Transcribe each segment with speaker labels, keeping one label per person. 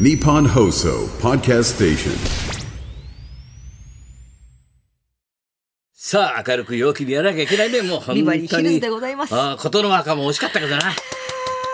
Speaker 1: Nippon Hoso Podcast Station.
Speaker 2: さあ明るく陽気にやらなきゃいけないねもう本当に
Speaker 3: ビバリーヒルズでございます
Speaker 2: ああ琴ノ若も惜しかったけどな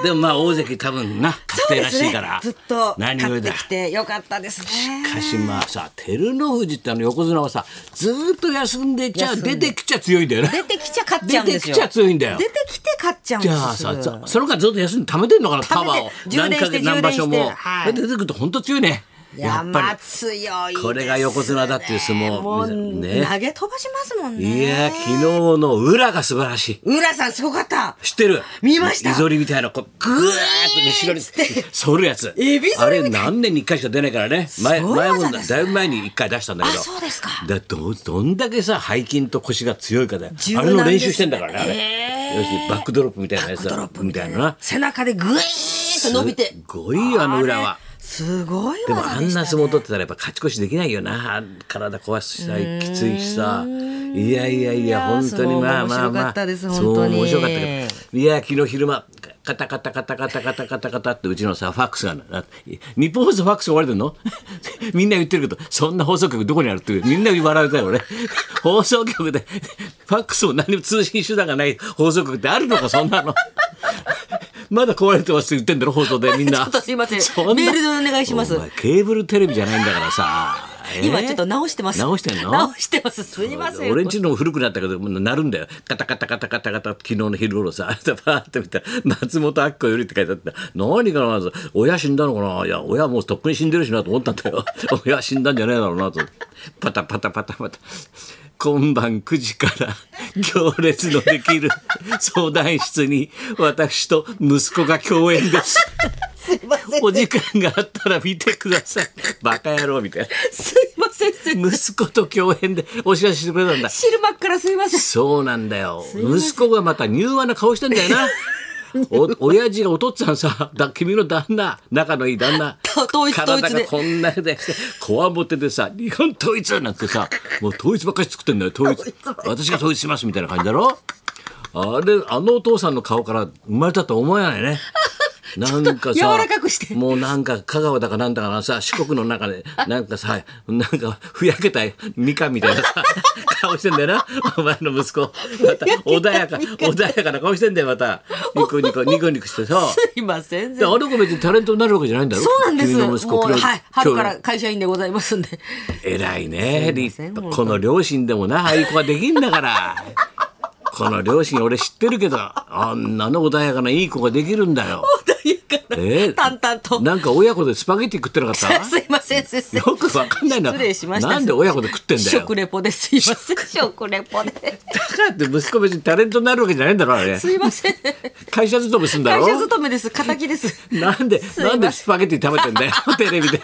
Speaker 2: でもまあ大関多分な確定らしいから、
Speaker 3: そうですね、ずっと
Speaker 2: 何よ
Speaker 3: 買っ
Speaker 2: り
Speaker 3: て
Speaker 2: だ
Speaker 3: きてよかったですね。
Speaker 2: 鹿島さ照ノ富士ってあの横綱はさずーっと休んでちゃ出てきちゃ強いんだよね
Speaker 3: 出てきちゃ買っちゃうん
Speaker 2: 出て
Speaker 3: です
Speaker 2: き
Speaker 3: よ。
Speaker 2: ちゃ強いんだよ
Speaker 3: 出てきて買っちゃうん
Speaker 2: じ
Speaker 3: です
Speaker 2: ゃあ
Speaker 3: す
Speaker 2: さ
Speaker 3: ぐ
Speaker 2: さその間ずっと休んで貯めてんのかなパワーを
Speaker 3: 貯めて充電して
Speaker 2: 何場所
Speaker 3: 充電
Speaker 2: も
Speaker 3: して、はい
Speaker 2: それで出てくると本当強いね
Speaker 3: い
Speaker 2: や
Speaker 3: や
Speaker 2: っ
Speaker 3: ま
Speaker 2: ぱ
Speaker 3: あ
Speaker 2: り
Speaker 3: 強いですね
Speaker 2: これが横綱だっていう相撲
Speaker 3: もう、
Speaker 2: ね
Speaker 3: 投げ飛ばしますもんね。
Speaker 2: いや昨日の裏が素晴らしい
Speaker 3: 浦さんすごかった。
Speaker 2: 知ってる
Speaker 3: 見ました
Speaker 2: いぞりみたいなこうぐーっと後ろに反るやつ
Speaker 3: エビ反
Speaker 2: あ
Speaker 3: り
Speaker 2: れ何年に一回しか出ないからね前
Speaker 3: ごい技
Speaker 2: 前も
Speaker 3: で
Speaker 2: だ
Speaker 3: すね
Speaker 2: だいぶ前に一回出したんだけど
Speaker 3: あそうですか
Speaker 2: だどどんだけさ背筋と腰が強いかだよ
Speaker 3: 柔
Speaker 2: あ
Speaker 3: 軟
Speaker 2: れの練習してんだからねあれ、
Speaker 3: ですね
Speaker 2: 要するにバックドロップみたいなやつ
Speaker 3: ドロ
Speaker 2: だ
Speaker 3: ップ
Speaker 2: み
Speaker 3: み
Speaker 2: た
Speaker 3: た
Speaker 2: い
Speaker 3: い
Speaker 2: な
Speaker 3: な
Speaker 2: な
Speaker 3: 背中でグイーンと伸びて。
Speaker 2: すごいよあの裏は
Speaker 3: あれ。すごい技でし
Speaker 2: で
Speaker 3: た、ね。
Speaker 2: もあんな相撲取ってたらやっぱ勝ち越しできないよな体壊すしたりきついしさいやいやい
Speaker 3: い
Speaker 2: や
Speaker 3: や
Speaker 2: 本当にまあまあ
Speaker 3: 相撲面白か
Speaker 2: ま
Speaker 3: っ
Speaker 2: あ
Speaker 3: たです
Speaker 2: そう
Speaker 3: 本当に
Speaker 2: 面白かったけどいや昨日昼間カタカタカタカタカタカタカタってうちのさファックスがな日本放送ファックスが壊れてんの みんな言ってるけどそんな放送局どこにあるってみんな笑うたよ俺放送局でファックスも何も通信手段がない放送局ってあるのかそん なのまだ壊れてますって言ってんだろ放送でみんな
Speaker 3: ちょっとすいません
Speaker 2: そな
Speaker 3: メールでお願いします
Speaker 2: お前ケーブルテレビじゃないんだからさえー
Speaker 3: 今ちょっと直してます。
Speaker 2: 直してんの
Speaker 3: 直してます。すいません。
Speaker 2: 俺んちのも古くなったけどもうなるんだよカタカタカタカタカタ昨日の昼頃さパーって見たら松本明子より」って書いてあった何かな親死んだのかないや親もうとっくに死んでるしなと思ったんだよ 親死んだんじゃねえだろうなとパタパタパタパタ今晩9時から行列のできる相談室に私と息子が共演です
Speaker 3: すいません。
Speaker 2: お時間があったら見てください。バカ野郎みたい
Speaker 3: すいません先生。
Speaker 2: な。息子と共演でお知らせしてくれたんだ。
Speaker 3: 汁真っからすいません。
Speaker 2: そうなんだよ。息子がまた柔和な顔してんだよな。お親父がお父っつぁんさだ君の旦那仲のいい旦那
Speaker 3: と統一統
Speaker 2: 体
Speaker 3: 一
Speaker 2: が
Speaker 3: で
Speaker 2: こんなでこわもてでさ「日本統一!」なんてさもう統一ばっかり作ってんだよ統一私が統一しますみたいな感じだろあれあのお父さんの顔から生まれたとは思えない ねなんかさ
Speaker 3: ちょっと柔らかくして
Speaker 2: もうなんか香川だかなんだかなさ四国の中でなんかさなんかふやけたみかんみたい なさ顔してんだよなお前の息子また穏やか穏やかな顔してんだよまたニコニコニコニコして さ
Speaker 3: すいません。
Speaker 2: であの子別にタレントになるわけじゃないんだろ
Speaker 3: そうなんです。
Speaker 2: 君の息子
Speaker 3: もう
Speaker 2: プロ
Speaker 3: はい、
Speaker 2: プ
Speaker 3: 春
Speaker 2: ロ
Speaker 3: から会社員でございますんで。
Speaker 2: 偉いね
Speaker 3: すいま
Speaker 2: 立
Speaker 3: せん
Speaker 2: 派
Speaker 3: 本当
Speaker 2: この両親でもなああいう子ができんだから この両親俺知ってるけどあんなの穏やかないい子ができるんだよ
Speaker 3: というか
Speaker 2: えー
Speaker 3: 淡々と。
Speaker 2: なんか親子でスパゲティ食ってなかった
Speaker 3: すいません先生。
Speaker 2: よくわかんないな
Speaker 3: 失礼しました。
Speaker 2: なんで親子で食ってんだよ
Speaker 3: 食レポですいません。食レポで。
Speaker 2: だからって息子別にタレントになるわけじゃないんだろあれ
Speaker 3: すいません。
Speaker 2: 会社勤めすんだ
Speaker 3: 会
Speaker 2: ろ
Speaker 3: 社勤めです。仇です。
Speaker 2: なんです
Speaker 3: いま
Speaker 2: な
Speaker 3: せ
Speaker 2: ん
Speaker 3: ん
Speaker 2: でスパゲティ食べてん だよテレビで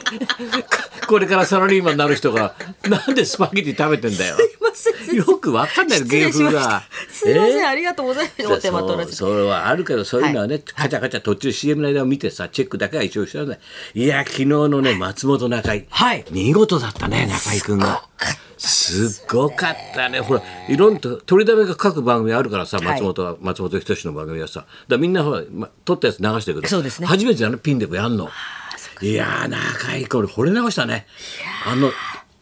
Speaker 2: これからサラリーマンになる人がなんでスパゲティ食べてんだよ
Speaker 3: すいません先生。
Speaker 2: よくわかんないの
Speaker 3: 失
Speaker 2: 芸
Speaker 3: 礼しま
Speaker 2: 風
Speaker 3: した
Speaker 2: が。
Speaker 3: すいま
Speaker 2: え
Speaker 3: せ
Speaker 2: ー
Speaker 3: ん。ありがとうございます。 お手間取ら
Speaker 2: そう
Speaker 3: せて。
Speaker 2: それはあるけどそういうのはね、カチャカチャ途中 CM の間を見てさチェックだけは一応してらないいや昨日のね松本中居、
Speaker 3: はい
Speaker 2: 見事だったね中居君が。すっごかったねほらいろんと取りだめが各番組あるからさ
Speaker 3: はい
Speaker 2: 松本は、松本人志の番組はさだからみんなほら、ま、撮ったやつ流してるけど
Speaker 3: そうですね
Speaker 2: 初めてだねピンでもやんのいやー中居君俺惚れ直したねあの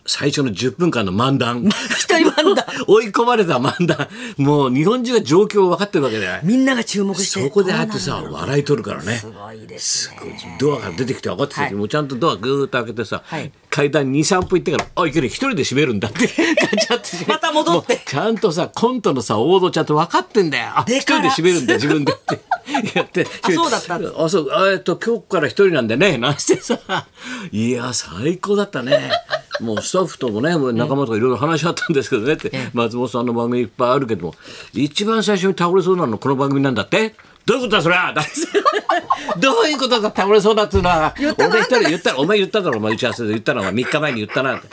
Speaker 2: 最初の10分間の漫談
Speaker 3: 一人漫談。
Speaker 2: 追い込まれた漫談もう日本中が状況を分かってるわけじゃない
Speaker 3: みんなが注目して。
Speaker 2: そこでああやって
Speaker 3: どう
Speaker 2: さ笑い取るからね
Speaker 3: なんすごいです。
Speaker 2: すごいドアから出てきて分かってた
Speaker 3: はい
Speaker 2: もうちゃんとドアぐーっと開けてさ、
Speaker 3: はい
Speaker 2: 階段23歩行ってから「あいける一人で閉めるんだ」 ってガチャって閉めて
Speaker 3: また戻って
Speaker 2: もうちゃんとさコントのさ王道ちゃんと分かってんだよあ一
Speaker 3: でか
Speaker 2: 人
Speaker 3: ら
Speaker 2: で閉めるんだ自分でって やって
Speaker 3: あそうだった
Speaker 2: あそうあえっと今日から一人なんでねなんしてさいや最高だったねもうスタッフともねもう仲間とかいろいろ話し合ったんですけどねって、松本さんの番組いっぱいあるけども一番最初に倒れそうなのこの番組なんだってどういうことだそれ はどういうことだ倒れそうだっつうのは俺一人言ったらお前言っただろお前打ち合わせで言ったのは3日前に言ったなって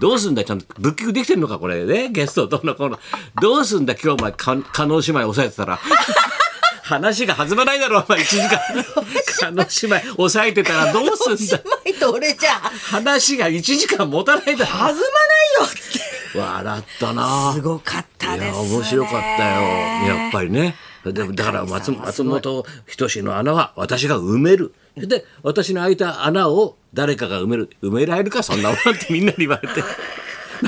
Speaker 2: どうすんだちゃんとブッキングできてんのかこれねゲストどうのこうのどうすんだ今日お前か加納姉妹抑えてたら 話が弾まないだろお前1時間 加納姉妹抑えてたらどうすんだ
Speaker 3: 姉妹と俺じゃ
Speaker 2: 話が1時間持たないだろ
Speaker 3: 弾まないよって。
Speaker 2: 笑ったな
Speaker 3: すごかった
Speaker 2: い
Speaker 3: ですね。
Speaker 2: や面白かったよやっぱりねでだから松松本人志の穴は私が埋める。で私の開いた穴を誰かが埋める埋められるかそんなもんって みんなに言われて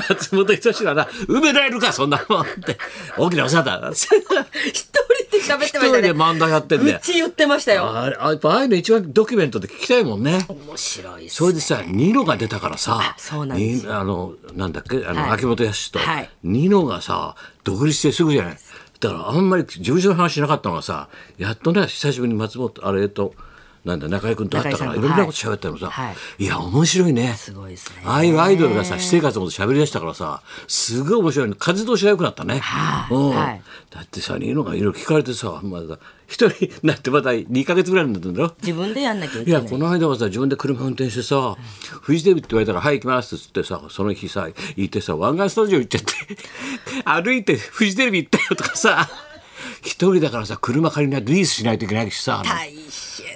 Speaker 2: 松本人志の穴埋められるかそんなもんって大きなお世話 だ。
Speaker 3: 一人で喋ってましたね。
Speaker 2: 一人で漫才やってんだよ
Speaker 3: うち言ってましたよ。
Speaker 2: あれあやっぱああいうの一番ドキュメントで聞きたいもんね。
Speaker 3: 面白いっす
Speaker 2: それでさニノが出たからさ
Speaker 3: そうなんです
Speaker 2: にあのなんだっけあの、
Speaker 3: はい
Speaker 2: 秋元康と、
Speaker 3: はい
Speaker 2: ニノがさ独立してすぐじゃないだからあんまり事務所の話しなかったのがさやっとね久しぶりに松本あれとなんだ中居君と会ったからいろ
Speaker 3: 中居
Speaker 2: ん
Speaker 3: さんと
Speaker 2: なこと喋ったのさ、、
Speaker 3: はいはい
Speaker 2: や面白いね
Speaker 3: すごいですね
Speaker 2: ああいうアイドルがさ私生活のこと喋りだしたからさすごい面白いの活動しが良くなったね、
Speaker 3: はい
Speaker 2: うん
Speaker 3: はい
Speaker 2: だってさニノがいろいろ聞かれてさまだ一人になってまだ2か月ぐらいになったんだろ
Speaker 3: 自分でやんなきゃい
Speaker 2: い
Speaker 3: けな
Speaker 2: や
Speaker 3: い。
Speaker 2: この間はさ自分で車運転してさフジテレビって言われたら「はい行きます」っつってさその日さ行ってさ湾岸スタジオ行っちゃって 歩いてフジテレビ行ったよとかさ一人だからさ車借りないとリースしないといけないしさ
Speaker 3: 大変。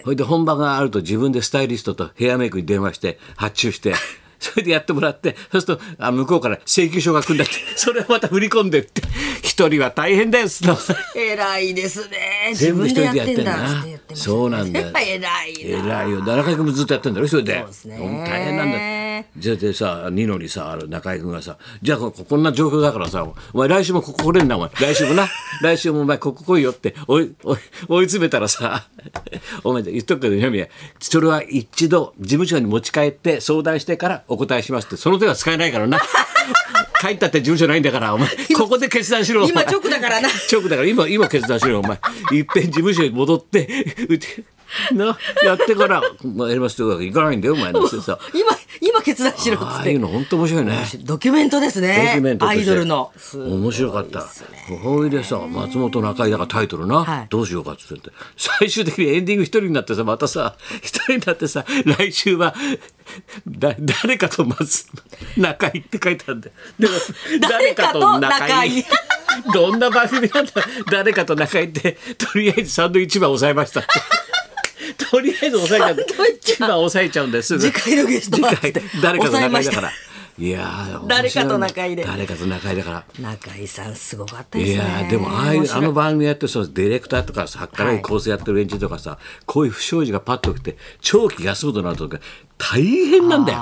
Speaker 2: それで本番があると自分でスタイリストとヘアメイクに電話して発注して。それでやってもらってそうするとあ向こうから請求書が来んだってそれをまた振り込んでって一人は大変ですと
Speaker 3: 偉いですね。自
Speaker 2: 全部
Speaker 3: 分
Speaker 2: 一
Speaker 3: で
Speaker 2: 人
Speaker 3: や
Speaker 2: でや
Speaker 3: っ
Speaker 2: ってて
Speaker 3: ん
Speaker 2: んだ
Speaker 3: だっ
Speaker 2: な
Speaker 3: て言ってましたね。
Speaker 2: そうなんだよ
Speaker 3: 偉いな。
Speaker 2: 偉いよ奈良井君もずっとやってんだろそれで
Speaker 3: そうですね
Speaker 2: も大変なんだよそれでさニノにさあの中井君がさ「じゃあここんな状況だからさお前来週もここ来れんなお前来週も な来週もお前ここ来いよ」って追い追い追い詰めたらさお前言っとくけど二宮それは一度事務所に持ち帰って相談してからお答えしますってその手は使えない からな帰ったって事務所ないんだからお前ここで決断しろお前
Speaker 3: 今直だからな
Speaker 2: 直だから今今決断しろよお前いっぺん事務所に戻ってうちなやってからまあやりますというわけいかないんだよお前のってさ
Speaker 3: 今今決断しろっつ
Speaker 2: あ
Speaker 3: っ
Speaker 2: あい
Speaker 3: て
Speaker 2: う。の本当面白いね
Speaker 3: ドキュメントです
Speaker 2: ドキュメ
Speaker 3: ね
Speaker 2: ン。トと
Speaker 3: ア
Speaker 2: して
Speaker 3: イドルの。すごい
Speaker 2: 面白かったほいでさ松本中井だからタイトルな、
Speaker 3: はい
Speaker 2: どうしようかっつって最終的にエンディング一人になってさまたさ 一人になってさ来週はだ誰かと松中井って書いてあるんだよでも
Speaker 3: 誰かと中井
Speaker 2: どんな番組なんだ誰かと仲良いってとりあえずサンドイッチマン抑え ましたってとりあえず抑えちゃう
Speaker 3: サンドイッチ
Speaker 2: 一番抑えちゃうんです
Speaker 3: 次回のゲストは
Speaker 2: 次回誰かと仲良いだから
Speaker 3: 抑えま
Speaker 2: いやー
Speaker 3: 誰かと仲良いで
Speaker 2: 誰かと仲良いだから
Speaker 3: 中井さんすごかったです
Speaker 2: い
Speaker 3: ね。
Speaker 2: やーでもああいうあの
Speaker 3: 面白
Speaker 2: 番組やってるそのディレクターとか作家
Speaker 3: は
Speaker 2: の
Speaker 3: い
Speaker 2: 構成やってる連中とかさ、こういう不祥事がパッと起きて長期休むとなると大変なんだよ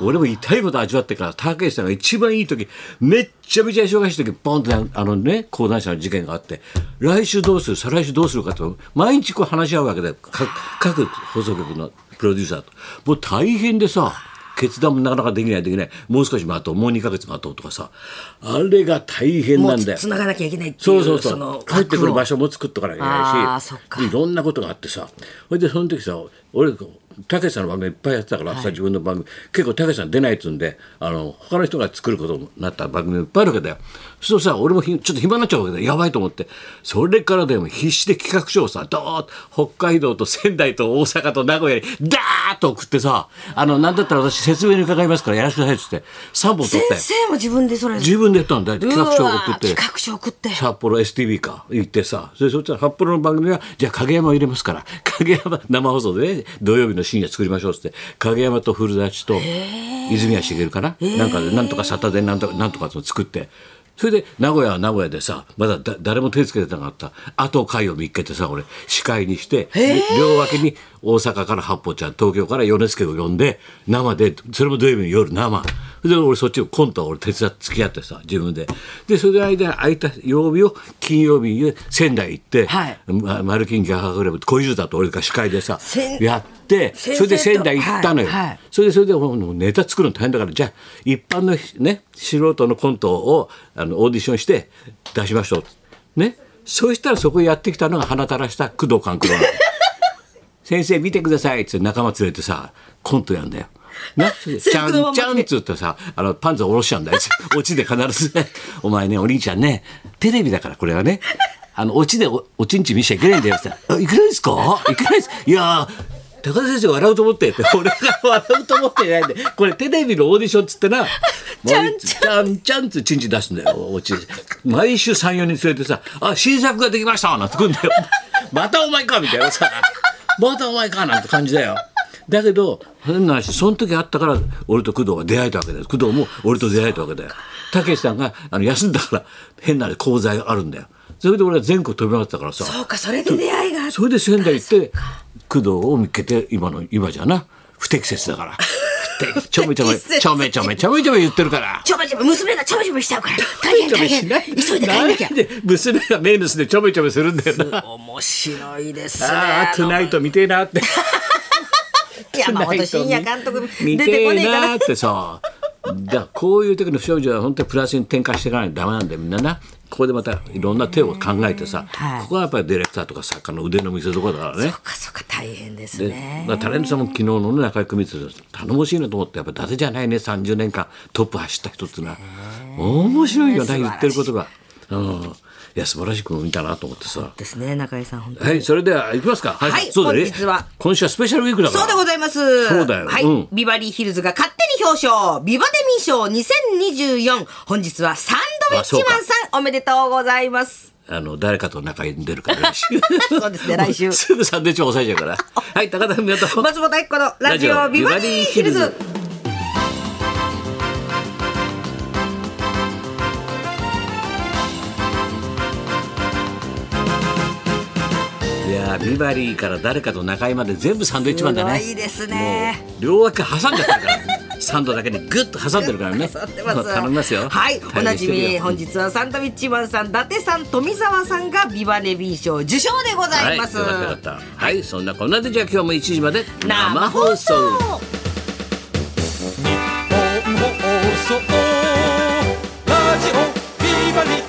Speaker 2: 俺も痛いこと味わってから高橋さんが一番いい時めっちゃめちゃ忙しい時ボンってあのね講談社の事件があって来週どうする再来週どうするかと毎日こう話し合うわけで各各放送局のプロデューサーともう大変でさ決断もなかなかできないできないもう少し待とうもう2ヶ月待とうとかさあれが大変
Speaker 3: も
Speaker 2: な
Speaker 3: うん
Speaker 2: だよ。
Speaker 3: 繋がなきゃいけないっていう
Speaker 2: そうそうそ
Speaker 3: の
Speaker 2: う帰ってくる場
Speaker 3: 所
Speaker 2: 所も作っとかなきゃい
Speaker 3: あー
Speaker 2: け
Speaker 3: そっ
Speaker 2: な
Speaker 3: か
Speaker 2: いしいろんなことがあってさそれでその時さ俺たけしさんの番組いっぱいやってたから、さ自分の番組結構たけしさん出ないっつうんであの他の人が作ることになった番組もいっぱいあるわけだよそうするとさ俺もひちょっと暇になっちゃうわけだよやばいと思ってそれからでも必死で企画書をさどーっと北海道と仙台と大阪と名古屋にダーッと送ってさあのなんだったら私説明に伺いますからやらせてくださいっつって3本取
Speaker 3: 先
Speaker 2: って
Speaker 3: 生も自分でそれ。
Speaker 2: 自分でやったんだよ企画書を送って
Speaker 3: うわー企画書送って。
Speaker 2: 札幌 STV か行ってさそれそしたら札幌の番組はじゃあ影山を入れますから 影山生放送で、ね、土曜日の深夜作りましょうっつって影山と古舘と泉谷茂かな、なんかでなんとかサタデーなんとかなんとかと作って。それで名古屋は名古屋でさまだだ誰も手つけてなかった後会を見っけてさ俺司会にして、両脇に大阪から八方ちゃん東京から米助を呼んで生でそれも土曜日の夜生で俺そっちをコントは俺手伝って付き合ってさ自分ででそれで間空いた曜日を金曜日に仙台行って、
Speaker 3: はい
Speaker 2: まマルキンギャハクラブ小遊三と俺が司会でさ
Speaker 3: せん
Speaker 2: やってそ
Speaker 3: 先生と
Speaker 2: れで仙台行ったのよ、
Speaker 3: はいはい
Speaker 2: それでそれでもうネタ作るの大変だからじゃあ一般のね素人のコントをあのオーディションして出しましょうねそうしたらそこへやってきたのが鼻垂らした工藤官九郎 なの先生見てくださいっつって仲間連れてさコントやんだよ。 なそれでちゃん
Speaker 3: 制服のまま
Speaker 2: ちゃんっつってさあのパンツを下ろしちゃうんだよオチで必ずね「お前ねお兄ちゃんねテレビだからこれはねあのオチでおおちんちん見しちゃいけないんだよ」って言ったらあいけないですかいけないですいやー高田先生笑うと思ってって俺が笑うと思ってじゃないんでこれテレビのオーディションっつってな
Speaker 3: ちゃんちゃ
Speaker 2: ちゃ
Speaker 3: ん
Speaker 2: んちゃんってチンチン出すんだよ、おち。毎週3、4人連れてさ、あ、新作ができましたなんて来るんだよ。またお前かみたいなさ、またお前かなんて感じだよ。だけど、変な話、その時あったから、俺と工藤が出会えたわけだよ。工藤も俺と出会えたわけだよ。たけしさんがあの休んだから、変な話講座があるんだよ。それで俺は全国飛び回ってたからさ
Speaker 3: そうかそれで出会いがあっ
Speaker 2: それで仙台行って工藤を見っけて今の今じゃな不適切だから不適ちょめちょめ
Speaker 3: 不適切
Speaker 2: ちょめちょめちょめちょめ言ってるから。
Speaker 3: ちょめちょめ娘がちょめちょめしちゃうから大変大変急いで帰らなきゃ
Speaker 2: んで娘がメイヌスでちょめちょめするんだよな。
Speaker 3: 面白いですね
Speaker 2: ああ、トゥナイト見てえなって。
Speaker 3: 山本慎也監督出
Speaker 2: 見
Speaker 3: て
Speaker 2: て
Speaker 3: こ
Speaker 2: え
Speaker 3: ねえか
Speaker 2: な
Speaker 3: な
Speaker 2: ってさ。だからこういう時の不祥事は本当にプラスに転換していかないとダメなんだよみんななここでまたいろんな手を考えてさ、
Speaker 3: はい
Speaker 2: ここはやっぱりディレクターとか作家の腕の見せ所だからね
Speaker 3: そっかそっか大変です
Speaker 2: で
Speaker 3: ね
Speaker 2: だからタレントさんも昨日の、ね、中居久光さん頼もしいなと思ってやっぱ伊達じゃないね30年間トップ走った人っていうのは面白いよ
Speaker 3: 素
Speaker 2: ね
Speaker 3: 晴らし
Speaker 2: 言
Speaker 3: い
Speaker 2: ってることが、うん、いや素晴らしい子を見たなと思ってさ
Speaker 3: ですね中井さん本当に
Speaker 2: はいそれでは行きますかは
Speaker 3: はい
Speaker 2: そうだね
Speaker 3: 本日は
Speaker 2: 今週はスペシャルウィークだから
Speaker 3: そうでございます。
Speaker 2: そうだよ
Speaker 3: はい、
Speaker 2: うん
Speaker 3: ビバリーヒルズが勝手に表彰。ビバデミー賞2024。本日はサンドウィッチマン
Speaker 2: あ
Speaker 3: さんおめでとうございます。
Speaker 2: あの誰かと仲良いんでるから嬉しい
Speaker 3: そうですね、来 週。
Speaker 2: すぐサンドイッチも抑えちゃうから はい高田文夫と
Speaker 3: 松本明子のラジオビバリーヒルズ。
Speaker 2: いやービバリーから誰かと仲居まで全部サンドイッチマンだね
Speaker 3: すごいですね
Speaker 2: もう両脇挟んじゃってるから サンドだけにグッと挟んでるからね
Speaker 3: そうってます
Speaker 2: 頼みますよ
Speaker 3: はい、おなじ
Speaker 2: 大変
Speaker 3: み、
Speaker 2: してるよ
Speaker 3: 本日はサンドウィッチマンさん、伊達さん、富澤さんがビバレビー賞受賞でござ
Speaker 2: はいい、
Speaker 3: ま
Speaker 2: よ
Speaker 3: す。
Speaker 2: かったよかった。はい、そんなこんなでじゃあ今日も1時まで
Speaker 3: 生放送。
Speaker 4: 本放送ラジオビバリー